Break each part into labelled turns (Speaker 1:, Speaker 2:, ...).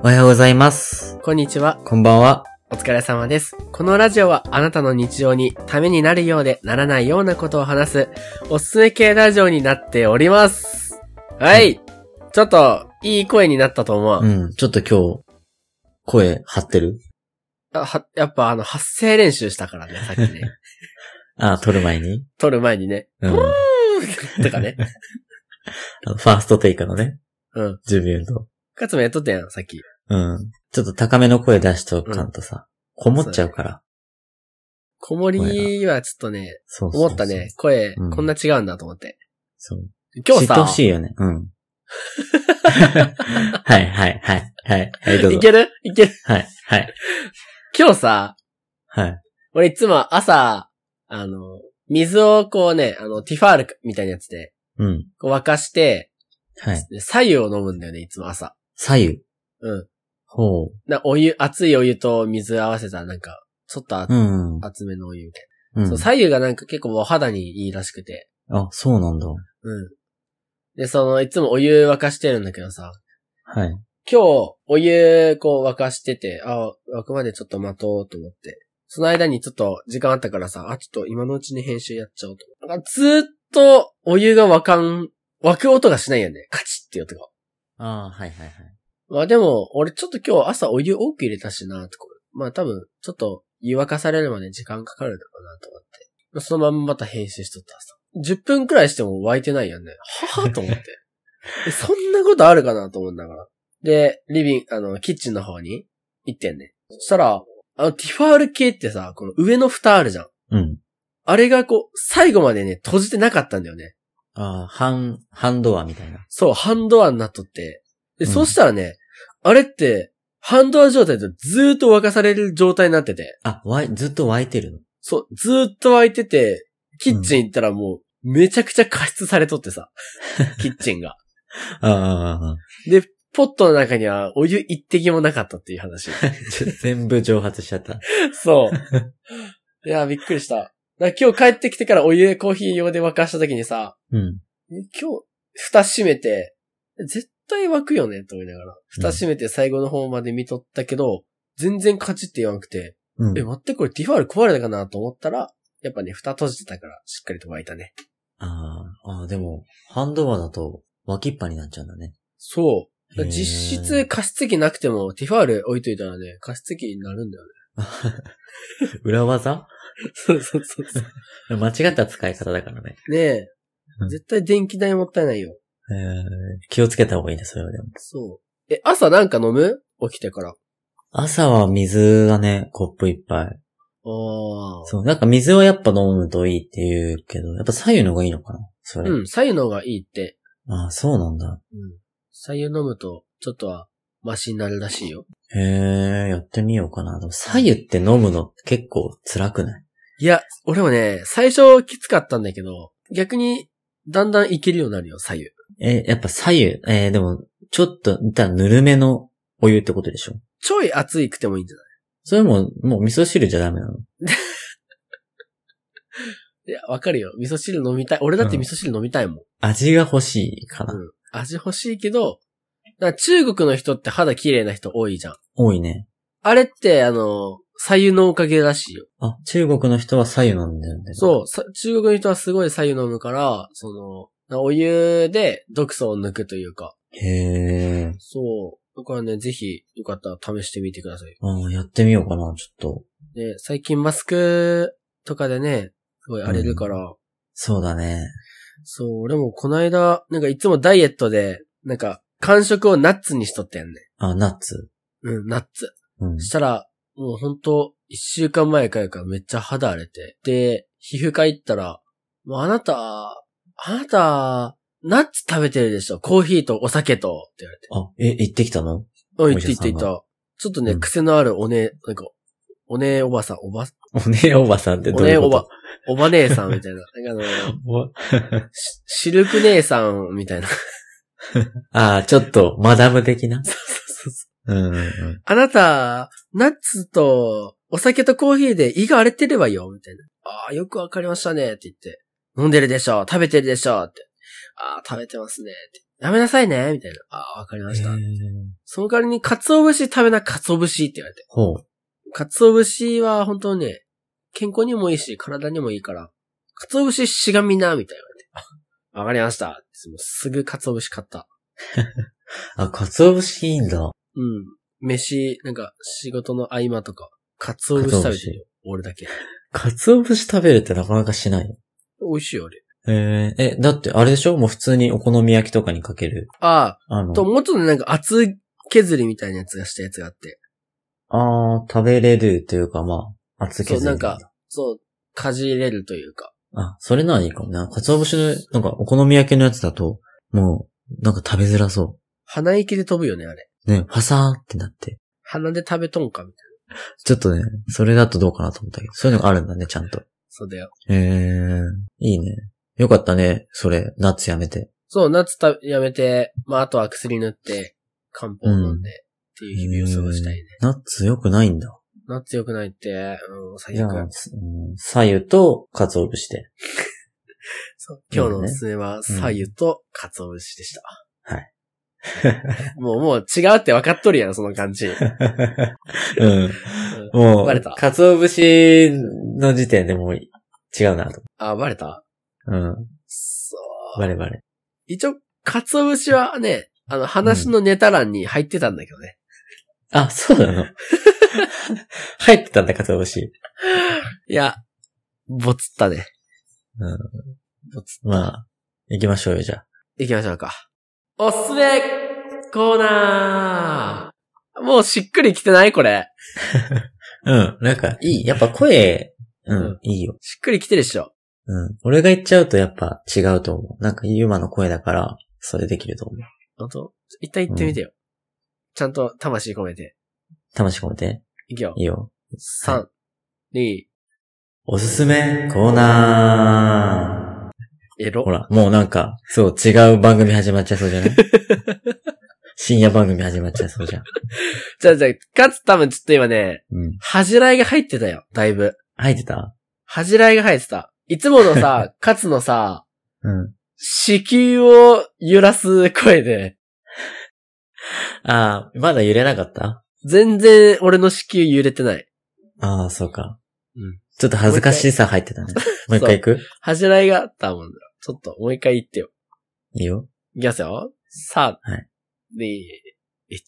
Speaker 1: おはようございます。
Speaker 2: こんにちは。
Speaker 1: こんばんは。
Speaker 2: お疲れ様です。このラジオはあなたの日常にためになるようでならないようなことを話すおすすめ系ラジオになっております。はい。ちょっと、いい声になったと思う。
Speaker 1: うん、ちょっと今日、声張ってる
Speaker 2: あはやっぱあの、発声練習したからね、さっきね。
Speaker 1: あ、撮る前に
Speaker 2: 撮る前にね。
Speaker 1: うん。
Speaker 2: と かね。
Speaker 1: あのファーストテイクのね。
Speaker 2: うん。
Speaker 1: 準備運動。
Speaker 2: かつもやっとったやん、さっき。
Speaker 1: うん。ちょっと高めの声出しとかんとさ、こもっちゃうから。
Speaker 2: こもりはちょっとね、
Speaker 1: そうそうそう
Speaker 2: 思ったね。。声、
Speaker 1: うん
Speaker 2: こんな違うんだと思って。
Speaker 1: そう。
Speaker 2: 今日
Speaker 1: 知ってほ
Speaker 2: さ、
Speaker 1: しいよね。 うん。はい、はい、はい、はい。はい、どう
Speaker 2: い
Speaker 1: ぞ。
Speaker 2: けるいける
Speaker 1: はい、はい、
Speaker 2: 今日さ、
Speaker 1: はい。
Speaker 2: 俺いつも朝、あの、水をこうね、あの、ティファールみたいなやつで、
Speaker 1: うん。
Speaker 2: こう沸かして、
Speaker 1: はい。
Speaker 2: で左右を飲むんだよね、いつも朝。
Speaker 1: 左右。
Speaker 2: うん。
Speaker 1: ほう。
Speaker 2: な、お湯、熱いお湯と水合わせた、なんか、ちょっとあ
Speaker 1: うん。
Speaker 2: 熱めのお湯みたい
Speaker 1: うん
Speaker 2: な。そう、左右がなんか結構お肌にいいらしくて。
Speaker 1: あ、そうなんだ。
Speaker 2: うん。で、その、いつもお湯沸かしてるんだけどさ、
Speaker 1: はい。
Speaker 2: 今日、お湯、こう沸かしてて、あ、沸くまでちょっと待とうと思って。その間にちょっと時間あったからさ、あ、ちょっと今のうちに編集やっちゃおうと思って。なんかずーっとお湯が沸かん、沸く音がしないよね。カチッっていう音が。
Speaker 1: ああ、はい、はい、はい。
Speaker 2: まあでも、俺ちょっと今日朝お湯多く入れたしな、とか。まあ多分、ちょっと湯沸かされるまで時間かかるのかなと思って。まあそのまんままた編集しとったらさ。10分くらいしても沸いてないよね。はぁと思って。えそんなことあるかなと思うんだから。で、リビング、あの、キッチンの方に行ってんね。そしたら、あの、ティファール系ってさ、この上の蓋あるじゃん。
Speaker 1: うん。
Speaker 2: あれがこう、最後までね、閉じてなかったんだよね。
Speaker 1: ああ、半、半ドアみたいな。
Speaker 2: そう、ハンドアになっとって。で、
Speaker 1: うん
Speaker 2: そうしたらね、あれって、ハンドア状態でずーっと沸かされる状態になってて、
Speaker 1: あ、わい、ずっと湧いてるの。
Speaker 2: そう、ずーっと沸いてて、キッチン行ったらもう、めちゃくちゃ加湿されとっ てさ、キッチンが。
Speaker 1: あ
Speaker 2: で、ポットの中にはお湯一滴もなかったっていう話。
Speaker 1: あ。 全部蒸発しちゃった。
Speaker 2: そう。いや、びっくりした。だから今日帰ってきてからお湯でコーヒー用で沸かした時にさ、
Speaker 1: うん。
Speaker 2: 今日、蓋閉めて、絶対沸くよね、と思いながら。蓋閉めて最後の方まで見とったけど、全然カチって言わなくて、
Speaker 1: うん
Speaker 2: え、待って、これティファール壊れたかなと思ったら、やっぱね、蓋閉じてたから、しっかりと沸いたね。
Speaker 1: ああ、ああ、でも、ハンドアだと、脇っぱになっちゃうんだね。
Speaker 2: そう。
Speaker 1: へー
Speaker 2: 実質、加湿器なくても、ティファール置いといたらね、加湿器になるんだよね。
Speaker 1: 裏技
Speaker 2: そうそうそうそう。
Speaker 1: 間違った使い方だからね。
Speaker 2: ねえ
Speaker 1: う。ん
Speaker 2: 絶対電気代もったいないよ。
Speaker 1: えー気をつけた方がいいね、それはでも。
Speaker 2: そう。え、朝なんか飲む起きてから。あ
Speaker 1: 朝は水がね、コップ一杯。
Speaker 2: あ。
Speaker 1: そう、なんか水はやっぱ飲むといいって言うけど、やっぱ左右の方がいいのかなそれ。
Speaker 2: うん、左右の方がいいって。
Speaker 1: ああ、そうなんだ。
Speaker 2: うん。左右飲むと、ちょっとは、マシになるらしいよ。
Speaker 1: へえ、やってみようかな。でも左右って飲むの結構辛くない
Speaker 2: いや、俺もね、最初きつかったんだけど、逆に、だんだんいけるようになるよ、左右。
Speaker 1: え、やっぱ左右、えーでも、ちょっと、だぬるめのお湯ってことでしょ
Speaker 2: ちょい熱いくてもいいんじゃない
Speaker 1: それも、もう味噌汁じゃダメなの
Speaker 2: いや、わかるよ。味噌汁飲みたい。俺だって味噌汁飲みたいもん。
Speaker 1: 味が欲しいかな、
Speaker 2: うん味欲しいけど、だから中国の人って肌綺麗な人多いじゃん。
Speaker 1: 多いね。
Speaker 2: あれって、あの、左右のおかげらしいよ。
Speaker 1: あ、中国の人は左右飲んでるんだよね。
Speaker 2: そう、さ中国の人はすごい左右飲むから、その、お湯で毒素を抜くというか。
Speaker 1: へー。
Speaker 2: そう。だからね、ぜひ、よかったら試してみてください。
Speaker 1: あーやってみようかな、ちょっと。
Speaker 2: で、最近マスクとかでね、すごい荒れるから、
Speaker 1: そうだね。
Speaker 2: そう、俺もこの間、なんかいつもダイエットで、なんか、感触をナッツにしとったよね。
Speaker 1: あ、ナッツ。
Speaker 2: うん、ナッツ。
Speaker 1: うん。
Speaker 2: したら、もうほんと、一週間前からからめっちゃ肌荒れて。で、皮膚科行ったら、もうあなた、あなた、ナッツ食べてるでしょコーヒーとお酒と、って言われて。
Speaker 1: あ、え、行ってきたの
Speaker 2: うん、
Speaker 1: お
Speaker 2: 言っ
Speaker 1: 医
Speaker 2: て
Speaker 1: 者
Speaker 2: 言っ
Speaker 1: さんが
Speaker 2: て言った。ちょっとね、
Speaker 1: うん
Speaker 2: 癖のあるおね、なんか、おねえおばさん、おば、
Speaker 1: おねえおばさんって
Speaker 2: お
Speaker 1: どうい
Speaker 2: ねえ
Speaker 1: うこ
Speaker 2: おば
Speaker 1: と、
Speaker 2: おば姉さん みたいな。なんかあの、しシルク姉さんみたいな。
Speaker 1: あーちょっと、マダム的な。うんうんうん。
Speaker 2: あなた、ナッツとお酒とコーヒーで胃が荒れてればよ、みたいな。ああ、よくわかりましたね、って言って。飲んでるでしょ、食べてるでしょ、って。ああ、食べてますね、ってやめなさいね、みたいな。ああ、わかりました。その代わりに、鰹節食べな、鰹節って言われて。
Speaker 1: ほう。
Speaker 2: 鰹節は本当にね、健康にもいいし、体にもいいから、鰹節しがみな、みたいな言われて。あわかりました。もうすぐ鰹節買った。
Speaker 1: あ、鰹節いいんだ。
Speaker 2: うん。飯、なんか、仕事の合間とか、鰹節食べてるよ。俺だけ。
Speaker 1: 鰹節食べるってなかなかしない。
Speaker 2: 美味しいよ、あれ。
Speaker 1: えー、え、だってあれでしょもう普通にお好み焼きとかにかける。
Speaker 2: あ
Speaker 1: あ
Speaker 2: あ、と、
Speaker 1: の、
Speaker 2: もうちょっとなんか厚い削りみたいなやつがしたやつがあって。
Speaker 1: あー、食べれるというか、まあ、厚削り。
Speaker 2: そうなんか。そう、かじれるというか。
Speaker 1: あ、それならいいかもな。鰹節の、なんかお好み焼きのやつだと、もう、なんか食べづらそ
Speaker 2: 鼻息で飛ぶよね、あれ。
Speaker 1: う。ね、ファサーってなって。
Speaker 2: 鼻で食べとんか、みたいな。
Speaker 1: ちょっとね、それだとどうかなと思ったけど、そういうのがあるんだね、ちゃんと。
Speaker 2: そうだよ。
Speaker 1: えー、いいね。よかったね、それ、ナッツやめて。
Speaker 2: そう、夏たやめて、まあ、あとは薬塗って、漢方飲んで、っていう日々を過ごしたいね。
Speaker 1: ナッツ良くないんだ。
Speaker 2: 夏良くないって、うん、最
Speaker 1: じゃあ、
Speaker 2: 悪。
Speaker 1: うん、左右と鰹節で。
Speaker 2: そう今日のおすすめは、左右と鰹節でした。
Speaker 1: はい
Speaker 2: もう、もう違うって分かっとるやん、その 感じ。うん
Speaker 1: うん。もう、
Speaker 2: バレた
Speaker 1: かつお節の時点でもう違うなと。
Speaker 2: あ、バレた
Speaker 1: うん。
Speaker 2: そう。
Speaker 1: バレバレ。
Speaker 2: 一応、鰹節はね、あの、話のネタ欄に入ってたんだけどね。
Speaker 1: あ、そうなの 入ってたんだ、かつお節。
Speaker 2: いや、ぼつったね。
Speaker 1: うん
Speaker 2: ぼつった。
Speaker 1: まあ、行きましょうよ、じゃあ。
Speaker 2: 行きましょうか。おすすめコーナーもうしっくりきてないこれ。
Speaker 1: うん。なんか、いい。やっぱ声、うん、
Speaker 2: うん
Speaker 1: いいよ。
Speaker 2: しっくりきてるでしょ。
Speaker 1: うん。俺が言っちゃうとやっぱ違うと思う。なんか、ユーマの声だから、それできると思う。
Speaker 2: 本当一旦言ってみてよ。ちゃんと魂込めて。
Speaker 1: 魂込めて。
Speaker 2: いくよ
Speaker 1: い。いよ。
Speaker 2: 三、二、
Speaker 1: おすすめコーナ
Speaker 2: エ
Speaker 1: ー。
Speaker 2: ロ
Speaker 1: ほ。ら、もうなんか、そう、違う番組始まっちゃいそう じゃない深夜番組始まっちゃいそうじゃん。
Speaker 2: じゃあじゃあかつ多分ちょっと今ね、
Speaker 1: うん。
Speaker 2: 恥じらいが入ってたよ。だいぶ。
Speaker 1: 入ってた
Speaker 2: 恥じらいが入ってた。いつものさ、 かつのさ、
Speaker 1: うん。
Speaker 2: 子宮を揺らす声で、
Speaker 1: ああ、まだ揺れなかった
Speaker 2: 全然俺の子宮揺れてない。
Speaker 1: ああ、そうか。
Speaker 2: うん。
Speaker 1: ちょっと恥ずかしさ入ってたね。もう一回行く
Speaker 2: 恥じらいがあったもんだ。ちょっともう一回言ってよ。
Speaker 1: いいよ。
Speaker 2: いきますよ。3、
Speaker 1: はい
Speaker 2: 2、1。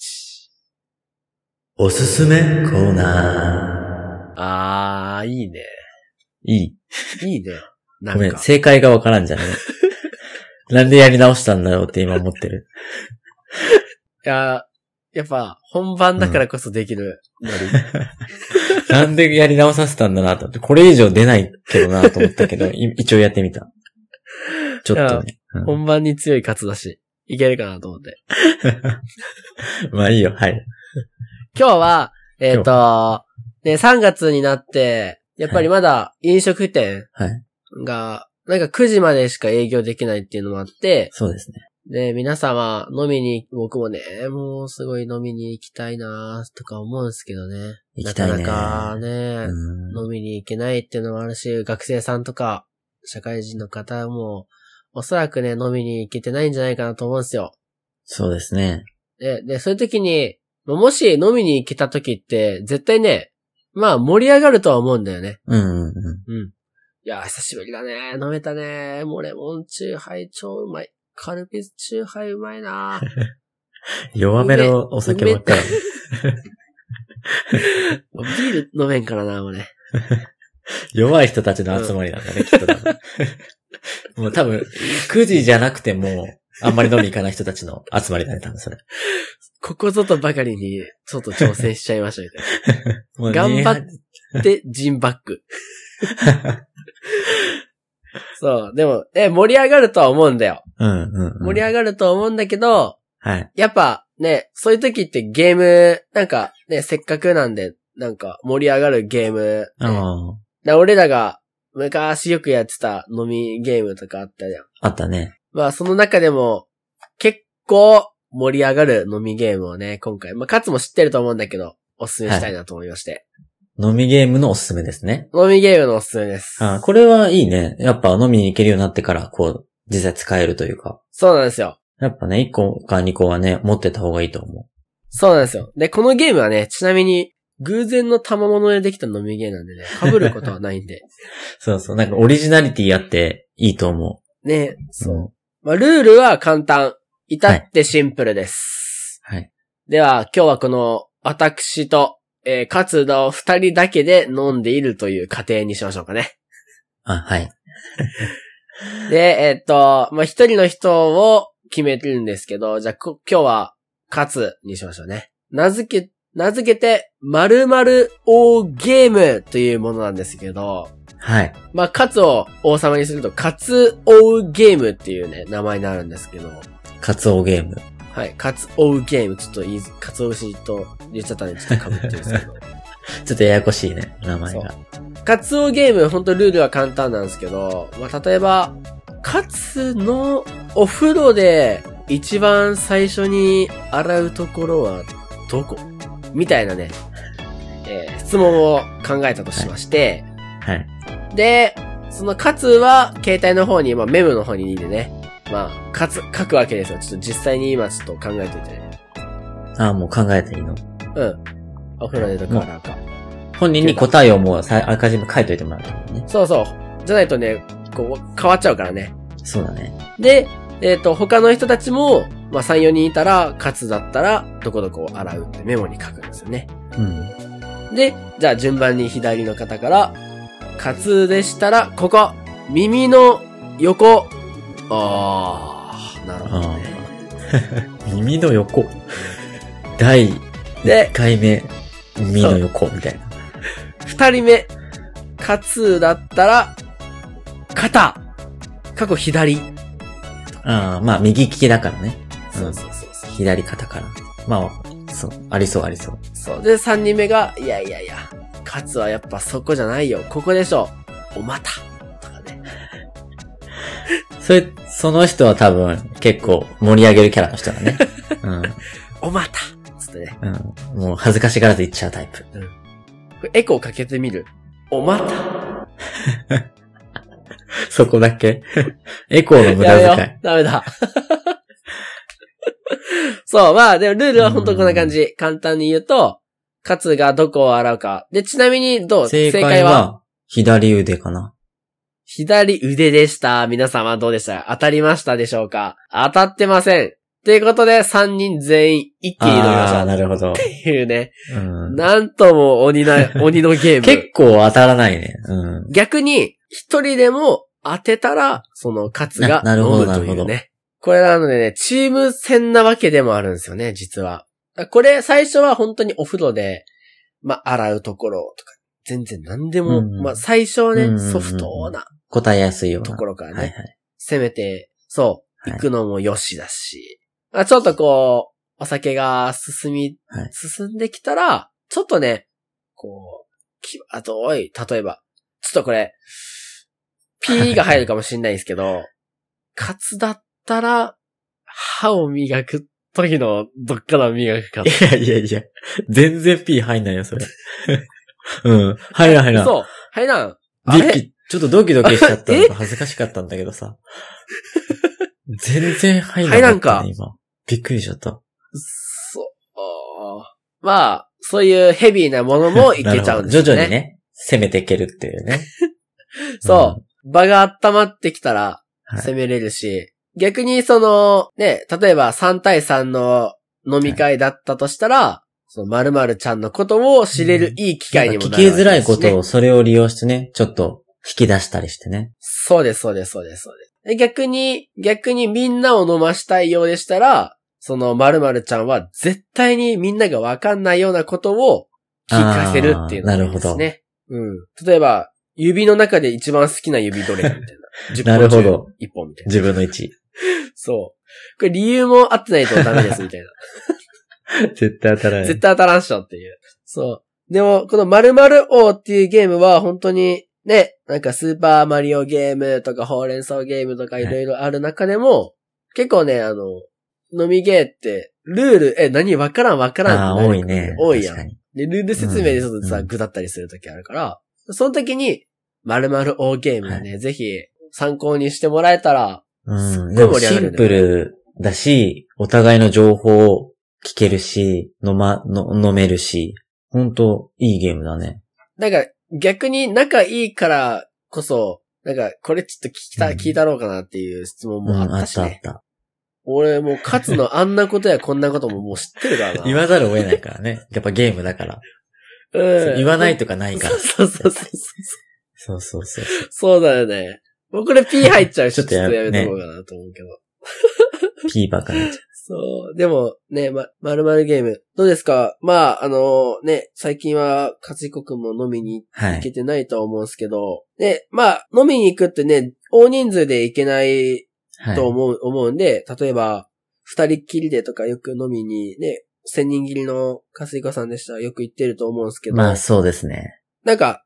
Speaker 1: おすすめコーナ
Speaker 2: あー、いいね。
Speaker 1: ー。いい。
Speaker 2: いいね。な
Speaker 1: ごめ
Speaker 2: ん
Speaker 1: ん、
Speaker 2: か、
Speaker 1: 正解がわからんじゃね。 なんでやり直したんだろうって今思って る。
Speaker 2: いやー、やっぱ、本番だからこそできるノリ。
Speaker 1: なんでやり直させたんだなと思って、これ以上出ないけどなと思ったけど、い一応やってみた。ちょっとね。うん
Speaker 2: 本番に強い勝つだし、いけるかなと思って。
Speaker 1: まあいいよ、はい。
Speaker 2: 今日は、えっ、と、ね、3月になって、やっぱりまだ飲食店
Speaker 1: はい。
Speaker 2: が、なんか9時までしか営業できないっていうのもあって、
Speaker 1: そうですね。
Speaker 2: ね、皆様飲みに、僕もね、もうすごい飲みに行きたいなとか思うんですけどね。
Speaker 1: 行きたいね
Speaker 2: なかなかね、
Speaker 1: うん
Speaker 2: 飲みに行けないっていうのもあるし、学生さんとか、社会人の方も、おそらくね、飲みに行けてないんじゃないかなと思うんですよ。
Speaker 1: そうですね。
Speaker 2: で、で、そういう時に、もし飲みに行けた時って、絶対ね、まあ盛り上がるとは思うんだよね。
Speaker 1: うんうんうん。
Speaker 2: うん。いや、久しぶりだね。飲めたね。もうレモンチューハイ超うまい。カルピスチューハイうまいな。
Speaker 1: 弱めの お酒ばっかり。
Speaker 2: ビール飲めんからな、俺。
Speaker 1: 弱い人たちの集まりなんだね、きっと多分。 もう多分、9時じゃなくても、あんまり飲み行かない人たちの集まりだね、多分それ。
Speaker 2: ここぞとばかりに、ちょっと挑戦しちゃいました みたい
Speaker 1: もう
Speaker 2: 頑張っ
Speaker 1: ね
Speaker 2: な。で、ジンバック。 そう。でも、え、盛り上がるとは思うんだよ。
Speaker 1: うんうん、うん。
Speaker 2: 盛り
Speaker 1: が
Speaker 2: 上がるとは思うんだけど、
Speaker 1: はい。
Speaker 2: やっぱね、そういう時ってゲーム、なんかね、せっかくなんで、なんか盛り上がるゲーム。
Speaker 1: あ
Speaker 2: だか
Speaker 1: の
Speaker 2: ら俺らが昔よくやってた飲みゲームとかあったじゃん。
Speaker 1: あったね。
Speaker 2: まあその中でも結構盛り上がる飲みゲームをね、今回、まあカツも知ってると思うんだけど、おすすめしたいなと思いまして。
Speaker 1: 飲みゲームのおすすめですね。
Speaker 2: 飲みゲームのおすすめです。
Speaker 1: あこれはいいね。やっぱ飲みに行けるようになってから、こう、実際使えるというか。
Speaker 2: そうなんですよ。
Speaker 1: やっぱね、1個か2個はね、持ってた方がいいと思
Speaker 2: そうなんですよ。で、このゲームはね、ちなみに、偶然の賜物でできた飲みゲーなんでね、被ることはないんで。
Speaker 1: う。そうそう。なんかオリジナリティあっていいと思う。
Speaker 2: ね、そう。まあ、ルールは簡単。至ってシンプルです。
Speaker 1: はい。
Speaker 2: では、今日はこの、私と、えー、勝田を二人だけで飲んでいるという過程にしましょうかね。
Speaker 1: あ、はい。
Speaker 2: で、えっと、まあ、一人の人を決めてるんですけど、じゃあ、こ今日は、勝つにしましょうね。名付け、名付けて、〇〇王ゲームというものなんですけど、
Speaker 1: はい。
Speaker 2: まあ、勝を王様にすると、勝王ゲームっていうね、名前になるんですけど、
Speaker 1: カツオゲーム。
Speaker 2: はい、勝王ゲーム、ちょっと言い、勝王牛と言っちゃったんで、ちょっと被ってるんですけど、
Speaker 1: ちょっとややこしいね、名 前
Speaker 2: そ
Speaker 1: が。
Speaker 2: カツオゲーム、ほんとルールは簡単なんですけど、まあ、例えば、カツのお風呂で一番最初に洗うところはどこみたいなね、えー質問を考えたとしまして、
Speaker 1: はい。
Speaker 2: で、そのカツは携帯の方に、まあ、メモの方にいてね、まあ、カツ書くわけですよ。ちょっと実際に今ちょっと考えておいてね。
Speaker 1: ああ、もう考えていいの。
Speaker 2: うん。お風呂でどこ洗うか。
Speaker 1: 本人に答えをもうさあらかじめ書いといてもらうとね。
Speaker 2: そうそう。じゃないとね、こう、変わっちゃうからね。
Speaker 1: そうだね。
Speaker 2: で、えっ、と、他の人たちも、まあ、3、4人いたら、勝つだったら、どこどこを洗うってメモに書くんですよね。
Speaker 1: うん。
Speaker 2: で、じゃあ順番に左の方から、勝つでしたら、ここ、耳の横。あー、なるほどね。
Speaker 1: 耳の 横。第
Speaker 2: で
Speaker 1: 1回目、耳の横みたいな。
Speaker 2: 二人目、勝つだったら、肩。過去左。
Speaker 1: ああ、まあ右利きだからね。
Speaker 2: そうそうそうそう。
Speaker 1: 左肩から。まあ、そう、ありそうありそう。
Speaker 2: そう。で、3人目が、いやいやいや、勝つはやっぱそこじゃないよ。ここでしょ。おまた。とかね。
Speaker 1: それ、その人は多分結構盛り上げるキャラの人だ ね。う
Speaker 2: おまた。つってね。
Speaker 1: ん。うん。もう恥ずかしがらず言っちゃうタイプ。
Speaker 2: これエコーかけてみる。おまた。
Speaker 1: そこだけ エコーの無駄
Speaker 2: やめ
Speaker 1: 遣い
Speaker 2: よ。う。ダメだ。 そう、まあ、でもルールは本当こんな感じ。簡単に言うと、勝つがどこを洗うか。で、ちなみにどう
Speaker 1: 正解は、左腕かな。
Speaker 2: 左腕でした。皆様どうでした当たりましたでしょうか当たってません。ということで、3人全員一気に飲みまし
Speaker 1: あ
Speaker 2: ょ
Speaker 1: あ、
Speaker 2: う。
Speaker 1: なるほど。
Speaker 2: っていうね。
Speaker 1: うん、
Speaker 2: なんとも鬼 な、鬼のゲーム。
Speaker 1: 結構当たらないね。うん。
Speaker 2: 逆に、一人でも当てたら、その、勝つが
Speaker 1: ななるほど
Speaker 2: 飲むと
Speaker 1: な
Speaker 2: い
Speaker 1: る
Speaker 2: う
Speaker 1: ほど
Speaker 2: ね。これなのでね、チーム戦なわけでもあるんですよね、実は。これ、最初は本当にお風呂で、まあ、洗うところとか、全然何でも、
Speaker 1: うん
Speaker 2: まあ、最初は
Speaker 1: うん
Speaker 2: ね、ソフトな
Speaker 1: 答えやすいような。
Speaker 2: ところからね、
Speaker 1: はいはい。
Speaker 2: 攻めて、そう、
Speaker 1: はい
Speaker 2: 行くのもよしだし、まあ、ちょっとこう、お酒が進み、
Speaker 1: はい
Speaker 2: 進んできたら、ちょっとね、こう、きあと、おい、例えば、ちょっとこれ、ピーが入るかもしれないんですけど、カツだったら、歯を磨く時のどっから磨くか。
Speaker 1: いやいやいや、全然 P 入んないよ、それ。 うん。入らん入らん。
Speaker 2: そう、はいなん。あ
Speaker 1: ビッ
Speaker 2: れ
Speaker 1: キ、ちょっとドキドキしちゃったの
Speaker 2: え
Speaker 1: が恥ずかしかったんだけど さ。全然入ら
Speaker 2: 入ら
Speaker 1: なんか
Speaker 2: か
Speaker 1: った、ね、今。びっくりしちゃった。
Speaker 2: そう。まあ、そういうヘビーな ものもいけちゃうんですよ
Speaker 1: なるほど徐々にね、攻めていけるっていう ね。
Speaker 2: そう。場が温まってきたら
Speaker 1: はい
Speaker 2: 攻めれるし、逆にその、ね、例えば3対3の飲み会だったとしたら、その〇〇ちゃんのことを知れるいい機
Speaker 1: うん。
Speaker 2: 会にも
Speaker 1: 聞
Speaker 2: な
Speaker 1: き
Speaker 2: るわけですしね、
Speaker 1: づらいことをそれを利用してね、ちょっと引き出したりしてね。
Speaker 2: そうです、そうです、そうです、そうです。で逆に、逆にみんなを飲ましたいようでしたら、その〇〇ちゃんは絶対にみんながわかんないようなことを聞かせるっていうのがいいですね。うん。例えば、指の中で一番好きな指どれみたいな。10
Speaker 1: なるほど。
Speaker 2: 1本みたいな。
Speaker 1: 自分の位置。
Speaker 2: そう。これ理由も合ってないとダメです、みたいな。
Speaker 1: 絶対当たらない。
Speaker 2: 絶対当たらんっしょっていう。そう。でも、この〇〇王っていうゲームは本当に、ね、なんかスーパーマリオゲームとかほうれん草ゲームとかいろいろある中でも、結構ね、あの、飲みゲーって、ルール、え、何わからんわからん
Speaker 1: ああ
Speaker 2: ってな
Speaker 1: ー、
Speaker 2: る
Speaker 1: 多いね。
Speaker 2: 多いやん
Speaker 1: 確かに
Speaker 2: で、ルール説明でちょっと
Speaker 1: う
Speaker 2: さ、
Speaker 1: ん
Speaker 2: ぐだったりするときあるから、その時に、〇〇王ゲームをね、ぜひ参考にしてもらえたら、
Speaker 1: うん。
Speaker 2: すっ
Speaker 1: で
Speaker 2: ご
Speaker 1: も
Speaker 2: い盛り上が
Speaker 1: シ
Speaker 2: るね
Speaker 1: ンプルだし、お互いの情報を聞けるし、飲ま、の飲めるし、ほんと、いいゲームだね。
Speaker 2: なんか、逆に仲いいからこそ、なんか、これちょっと聞きた、
Speaker 1: うん
Speaker 2: 聞いたろうかなっていう質問
Speaker 1: うん、
Speaker 2: もあ
Speaker 1: あ
Speaker 2: っ
Speaker 1: った
Speaker 2: した
Speaker 1: あっ
Speaker 2: ね。
Speaker 1: た。
Speaker 2: 俺もう、勝つのあんなことやこんなことももう知ってるから な。
Speaker 1: 言わざるを得ないからね。 やっぱゲームだから。
Speaker 2: う
Speaker 1: そ
Speaker 2: ん
Speaker 1: う言わないとかないから。
Speaker 2: そうそうそうそう。
Speaker 1: そうそうそう。
Speaker 2: そうだよね。もうこれ P 入っちゃうし、ち
Speaker 1: ちょ
Speaker 2: ょっ
Speaker 1: っ
Speaker 2: と
Speaker 1: とや
Speaker 2: やめとこうかなと思うけど。
Speaker 1: ピーバーかな。
Speaker 2: そう。でも、ね、ま、まるまるゲーム。どうですかまあ、あのね、最近は、勝彦くんも飲みに
Speaker 1: は
Speaker 2: 行け
Speaker 1: い。
Speaker 2: てないとは思うんですけど、ね、まあ、飲みに行くってね、大人数で行けない
Speaker 1: はい。
Speaker 2: と思う、思うんで、例えば、二人っきりでとかよく飲みにね、千人切りの勝彦さんでしたらよく行ってると思うんですけど、
Speaker 1: まあ、そうですね。
Speaker 2: なんか、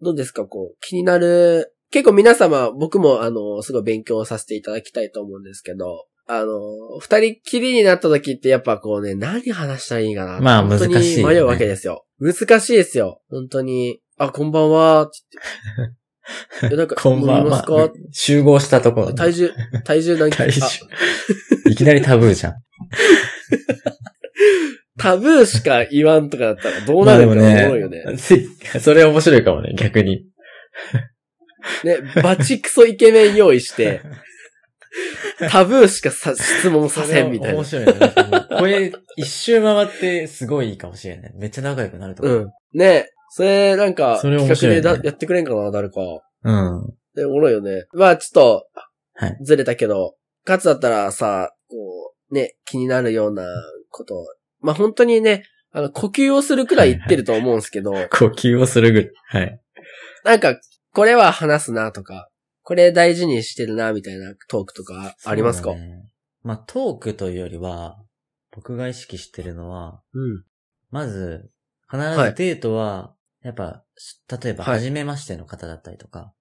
Speaker 2: どうですかこう、気になる、結構皆様、僕もあの、すごい勉強させていただきたいと思うんですけど、あの、二人っきりになった時ってやっぱこうね、何話したらいいかな。
Speaker 1: まあ
Speaker 2: 本当に
Speaker 1: 難しいよね
Speaker 2: 迷うわけですよ。難しいですよ。本当に。あ、こんばん は。って言ってえなんか、
Speaker 1: こんばん
Speaker 2: 飲みま
Speaker 1: は
Speaker 2: すか。
Speaker 1: 集合したところ。
Speaker 2: 体重、体重何キロ
Speaker 1: 体重
Speaker 2: あ
Speaker 1: いきなりタブーじゃん。
Speaker 2: タブーしか言わんとかだったらどうなるかおもろいよね。
Speaker 1: せ それ面白いかもね、逆に。
Speaker 2: ね、バチクソイケメン用意して、 タブーしかさ質問させんみたいな
Speaker 1: 面。白いね。なんかもうこれ、一周回ってすごいいいかもしれない。めっちゃ仲良くなると
Speaker 2: う
Speaker 1: 思う。
Speaker 2: ん。ねえ、それなんか、
Speaker 1: それ
Speaker 2: 企
Speaker 1: 面
Speaker 2: 画
Speaker 1: 白い
Speaker 2: で
Speaker 1: ね
Speaker 2: だやってくれんかな、誰か。
Speaker 1: うん。
Speaker 2: で、おもろいよね。まあ、ちょっ
Speaker 1: はい
Speaker 2: と、ずれたけど、かつだったらさ、こう、ね、気になるようなことをまあ、本当にね、あの、呼吸をするくらい言ってると思うんですけど、
Speaker 1: 呼吸をするぐらい。はい。
Speaker 2: なんか、これは話すなとか、これ大事にしてるな、みたいなトークとかありますか
Speaker 1: そうだねまあ、トークというよりは、僕が意識してるのは、
Speaker 2: うん。
Speaker 1: まず、必
Speaker 2: はい
Speaker 1: ずデートは、やっぱ、し例えば、
Speaker 2: はい
Speaker 1: 初めましての方だったりとか、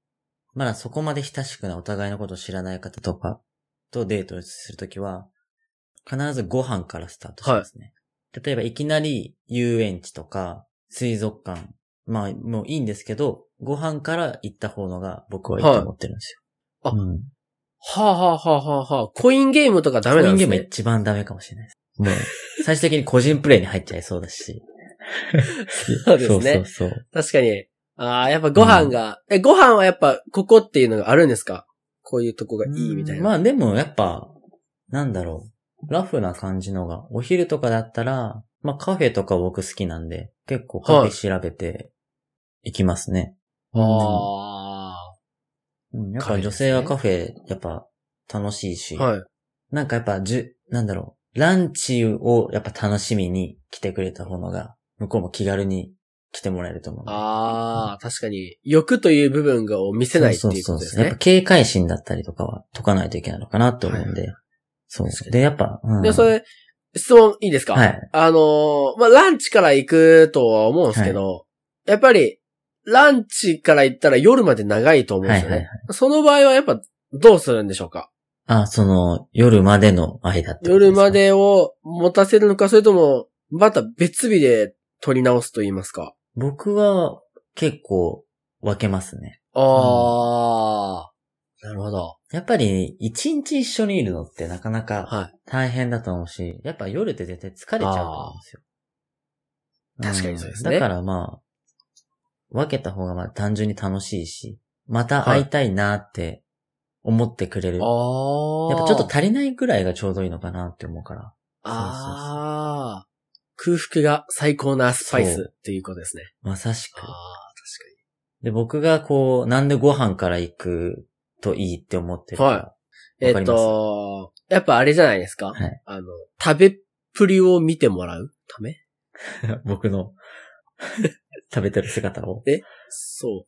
Speaker 1: まだそこまで親しくないお互いのことを知らない方とか、とデートをするときは、必ずご飯からスタートしますね。例えば、いきなり遊園地とか、水族館、まあ、もういいんですけど、ご飯から行った方のが僕はいいと思ってるんですよ。
Speaker 2: はい
Speaker 1: うん
Speaker 2: はあ、はあはあはあはあ、コインゲームとかダメ
Speaker 1: コイ
Speaker 2: な
Speaker 1: ン
Speaker 2: ん
Speaker 1: ゲー
Speaker 2: です
Speaker 1: ム
Speaker 2: ね。
Speaker 1: は一番ダメかもしれないです。もう、最終的に個人プレイに入っちゃいそうだし。
Speaker 2: そうで
Speaker 1: そ
Speaker 2: すね
Speaker 1: うそうそう。
Speaker 2: 確かに。ああ、やっぱご飯が、え、ご飯はやっぱここっていうのがあるんですかこういうとこがいいみたいな。
Speaker 1: まあでもやっぱ、なんだろう。ラフな感じのが、お昼とかだったら、まあカフェとか僕好きなんで、結構カフェ調べていきますね。
Speaker 2: あ
Speaker 1: うん、やっ
Speaker 2: カフ
Speaker 1: ぱ
Speaker 2: ェですね
Speaker 1: 女性はカフェ、やっぱ楽しいし、
Speaker 2: あ。はい。
Speaker 1: なんかやっぱじゅ、なんだろう。ランチをやっぱ楽しみに来てくれた方のが、向こうも気軽に来てもらえると思う。
Speaker 2: ああ、確かに。欲という部分を見せないっていうことです
Speaker 1: やっぱ
Speaker 2: ね。
Speaker 1: 警戒心だったりとかは解かないといけないのかなと思うんで。そう
Speaker 2: 確かに
Speaker 1: で、やっぱ、うん、
Speaker 2: で、それ、質問いいですか
Speaker 1: はい。
Speaker 2: あのーまあ、ランチから行くとは思うんですけど、やっぱり、ランチから行ったら夜まで長いと思うんですよね。
Speaker 1: はいはい
Speaker 2: その場合はやっぱ、どうするんでしょうか
Speaker 1: あ、その、夜までの間ってことす
Speaker 2: 夜
Speaker 1: か
Speaker 2: ま。でを持たせるのか、それとも、また別日で取り直すと言いますか。
Speaker 1: 僕は結構分けますね。
Speaker 2: あー、なるほど。
Speaker 1: やっぱり、一日一緒にいるのってなかなか
Speaker 2: は
Speaker 1: 大変だと思うし、やっぱ夜って絶対疲れちゃうと思うんですよ。
Speaker 2: あー確かにそうですね
Speaker 1: んだからまあ、分けた方がまあ単純に楽しいし、また会いたいなって思ってくれ
Speaker 2: い。
Speaker 1: る
Speaker 2: あー。
Speaker 1: やっぱちょっと足りないくらいがちょうどいいのかなって思うから。
Speaker 2: ああ。空腹が最高なスパイ
Speaker 1: そ
Speaker 2: スっていうことですね。
Speaker 1: まさしく
Speaker 2: ああ、。確か
Speaker 1: で、僕がこう、なんでご飯から行くといいって思ってるか。
Speaker 2: はに。
Speaker 1: わ
Speaker 2: え
Speaker 1: か
Speaker 2: っ
Speaker 1: ります
Speaker 2: と、やっぱあれじゃないですか、
Speaker 1: はい
Speaker 2: あの、食べっぷりを見てもらうため
Speaker 1: 僕の食べてる姿を。
Speaker 2: そ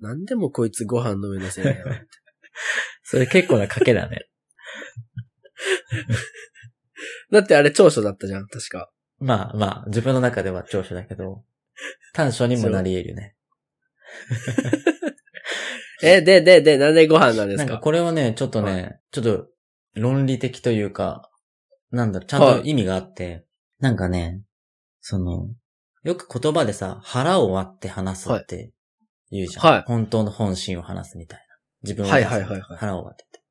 Speaker 2: う。なんでもこいつご飯の上のせ いだよ。
Speaker 1: それ結構な賭けだね。
Speaker 2: だってあれ長所だったじゃん、確か。
Speaker 1: まあまあ、自分の中では長所だけど、短所にもなり得るね。
Speaker 2: え、で、で、で、なんでご飯なんで
Speaker 1: な
Speaker 2: す
Speaker 1: ん
Speaker 2: か
Speaker 1: かこれはね、ちょっとね、
Speaker 2: は
Speaker 1: ちょっと論理的というか、なんだろう、ちゃん
Speaker 2: は
Speaker 1: と
Speaker 2: い
Speaker 1: 意味があって、なんかね、その、よく言葉でさ、腹を割って話すって言うじゃん。
Speaker 2: はい
Speaker 1: 本当の本心を話すみたいな。自分を
Speaker 2: はいはいはいはい
Speaker 1: 腹を割ってて。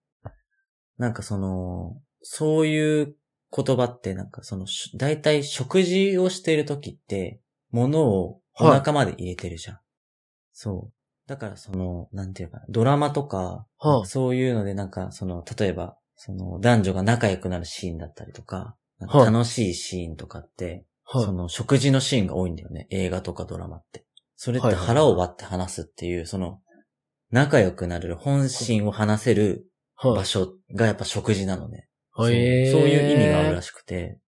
Speaker 1: なんかその、そういう言葉ってなんかその、し大体食事をしてる時って、物をお腹まで入れてるじゃん。そう。だからその、なんていうか、ドラマとか、
Speaker 2: はあ
Speaker 1: そういうのでなんかその、例えば、その男女が仲良くなるシーンだったりとか、なんか
Speaker 2: はい
Speaker 1: 楽しいシーンとかって、
Speaker 2: はい
Speaker 1: その食事のシーンが多いんだよね。映画とかドラマって。それっ
Speaker 2: はい
Speaker 1: て
Speaker 2: はい
Speaker 1: 腹を割って話すっていう、その、仲良くなれる本心を話せる
Speaker 2: は
Speaker 1: 場所がやっぱ食事なのね。
Speaker 2: い。へー
Speaker 1: そうそういう意味があるらしくて。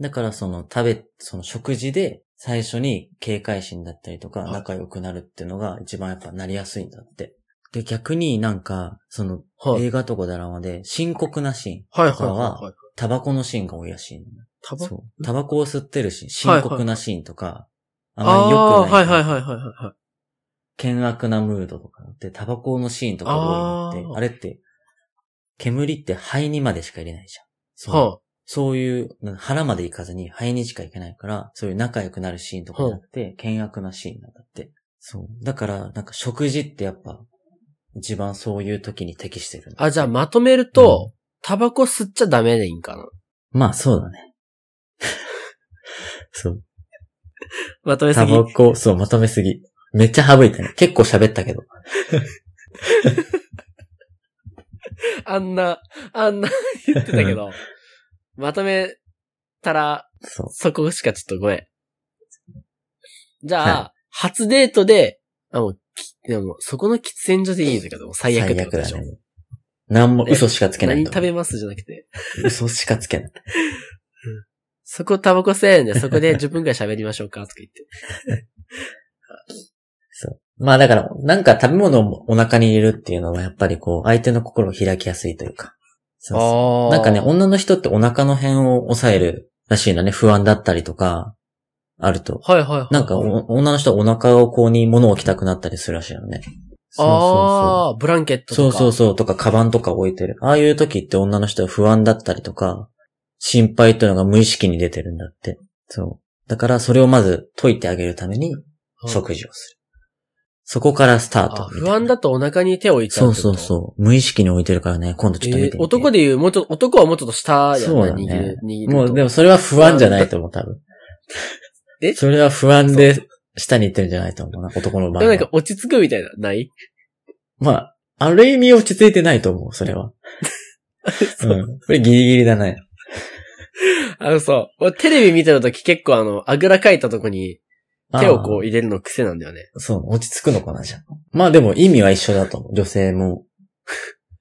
Speaker 1: だからその食べ、その食事で最初に警戒心だったりとか
Speaker 2: はい
Speaker 1: 仲良くなるっていうのが一番やっぱなりやすいんだって。で、逆になんか、その
Speaker 2: はい。
Speaker 1: 映画とかドラマで深刻なシーン、
Speaker 2: はいはい
Speaker 1: とかは
Speaker 2: はいはい。
Speaker 1: タバコのシーンが多いらしいのね。
Speaker 2: タバ
Speaker 1: そう。タバコを吸ってるシーン、
Speaker 2: はいは
Speaker 1: 深
Speaker 2: い
Speaker 1: 刻なシーンとか、あまり
Speaker 2: あ
Speaker 1: 良
Speaker 2: あー、
Speaker 1: く
Speaker 2: は
Speaker 1: ないい。
Speaker 2: はいはいはいはい。
Speaker 1: 険悪なムードとかって、タバコのシーンとか多いのって、
Speaker 2: あー
Speaker 1: あれって、煙って肺にまでしか入れないじゃん。そう。
Speaker 2: は
Speaker 1: そういう、なんか腹まで行かずに肺にしか行けないから、そういう仲良くなるシーンとかじゃなくて、険悪なシーンなんだって。そう。だから、なんか食事ってやっぱ、一番そういう時に適してるんだ。
Speaker 2: あ。あ、じゃあまとめると、タバコ吸っちゃダメでいいんかな。
Speaker 1: まあ、そうだね。 そう。
Speaker 2: まとめす
Speaker 1: タ
Speaker 2: ぎ。
Speaker 1: バコ、そう、まとめすぎ。めっちゃ省いたね。結構喋ったけど。
Speaker 2: あんな、 あんな言ってたけど、まとめたら、
Speaker 1: そう。
Speaker 2: そこしかちょっとごめん。じゃあ、
Speaker 1: は
Speaker 2: 初デートで、あ、もう、きでも、そこの喫煙所でいいんだけど、もう最悪ってことでしょ。
Speaker 1: 最悪だね。なんも
Speaker 2: え
Speaker 1: 嘘しかつけない
Speaker 2: 何
Speaker 1: んだ
Speaker 2: 食べますじゃなくて、
Speaker 1: 嘘しかつけない。
Speaker 2: そこタバコ吸えんで、そこで10分くらい喋りましょうか、とか言って。
Speaker 1: まあだから、なんか食べ物をお腹に入れるっていうのはやっぱりこう、相手の心を開きやすいというか。そうそう
Speaker 2: あ
Speaker 1: なんかね、女の人ってお腹の辺を抑えるらしいのね。不安だったりとか、あると。
Speaker 2: はいはいはい。
Speaker 1: なんかお、女の人はお腹をこうに物を置きたくなったりするらしいのね。そう
Speaker 2: ああ、ブランケットと
Speaker 1: そうそう。そう
Speaker 2: か。
Speaker 1: そうそう。とか、カバンとか置いてる。ああいう時って女の人は不安だったりとか、心配っていうのが無意識に出てるんだって。そう。だから、それをまず解いてあげるために、
Speaker 2: うん
Speaker 1: 食事をする。そこからスター
Speaker 2: あ
Speaker 1: ト。
Speaker 2: 不安だとお腹に手を置いちゃ
Speaker 1: そう
Speaker 2: っ
Speaker 1: う
Speaker 2: てこ
Speaker 1: そ
Speaker 2: と。
Speaker 1: うそう。無意識に置いてるからね、今度ちょっと見てみて
Speaker 2: えー男で言う、もうちょっと、男はもうちょっと下や
Speaker 1: そうだ
Speaker 2: な、
Speaker 1: ね
Speaker 2: 握る、握ると。
Speaker 1: もう、でもそれは不安じゃないと思う、多分。
Speaker 2: え
Speaker 1: それは不安で、下に行ってるんじゃないと思うな、男の場
Speaker 2: で
Speaker 1: 合
Speaker 2: もなんか
Speaker 1: は。
Speaker 2: 落ち着くみたいな、ない
Speaker 1: まあ、ある意味落ち着いてないと思う、それは。 うん。これギリギリだね。
Speaker 2: あのさ、俺テレビ見てるとき結構あの、あぐらかいたとこに手をこう入れるの癖なんだよね。
Speaker 1: う。そう、落ち着くのかな、じゃあまあでも意味は一緒だと思う、女性 も。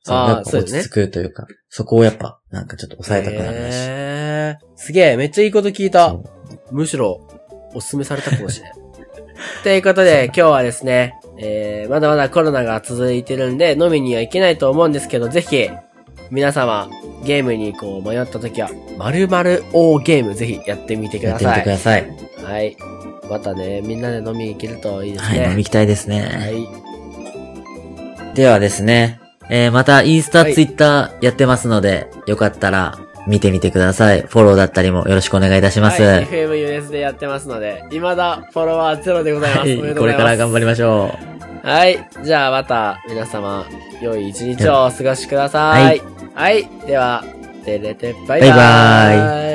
Speaker 1: そう、
Speaker 2: あー
Speaker 1: なんか
Speaker 2: そう
Speaker 1: 落
Speaker 2: だね
Speaker 1: ち着くというか、そこをやっぱ、なんかちょっと抑えたくならないし。
Speaker 2: へーすげえ、めっちゃいいこと聞いた。
Speaker 1: そう
Speaker 2: むしろ、おすすめされたかもしれん。 ということで、今日はですね、えー、まだまだコロナが続いてるんで、飲みには行けないと思うんですけど、ぜひ、皆様、ゲームにこう迷った時は、〇〇王ゲーム、ぜひやってみてく
Speaker 1: や
Speaker 2: だ
Speaker 1: ってみ
Speaker 2: さ
Speaker 1: てく
Speaker 2: い。
Speaker 1: ださい。
Speaker 2: はい。またね、みんなで飲みに行けるといいです
Speaker 1: は
Speaker 2: ね。
Speaker 1: い、飲み行きたいです
Speaker 2: は
Speaker 1: ね。
Speaker 2: い。
Speaker 1: ではですね、えーまたインスタ、
Speaker 2: はい
Speaker 1: ツイッターやってますので、よかったら見てみてください。フォローだったりもよろしくお願いいたします。
Speaker 2: はい、FMUS でやってますので、未だフォロワーゼロでございま
Speaker 1: は
Speaker 2: す。
Speaker 1: い
Speaker 2: おめでとう
Speaker 1: こ
Speaker 2: ござ
Speaker 1: れ
Speaker 2: い
Speaker 1: か
Speaker 2: ます。
Speaker 1: ら頑張りましょう。
Speaker 2: はい。じゃあまた皆様、良い一日をお過ごしください。はい。では、てれて、バイバーイ。
Speaker 1: バイバ
Speaker 2: イ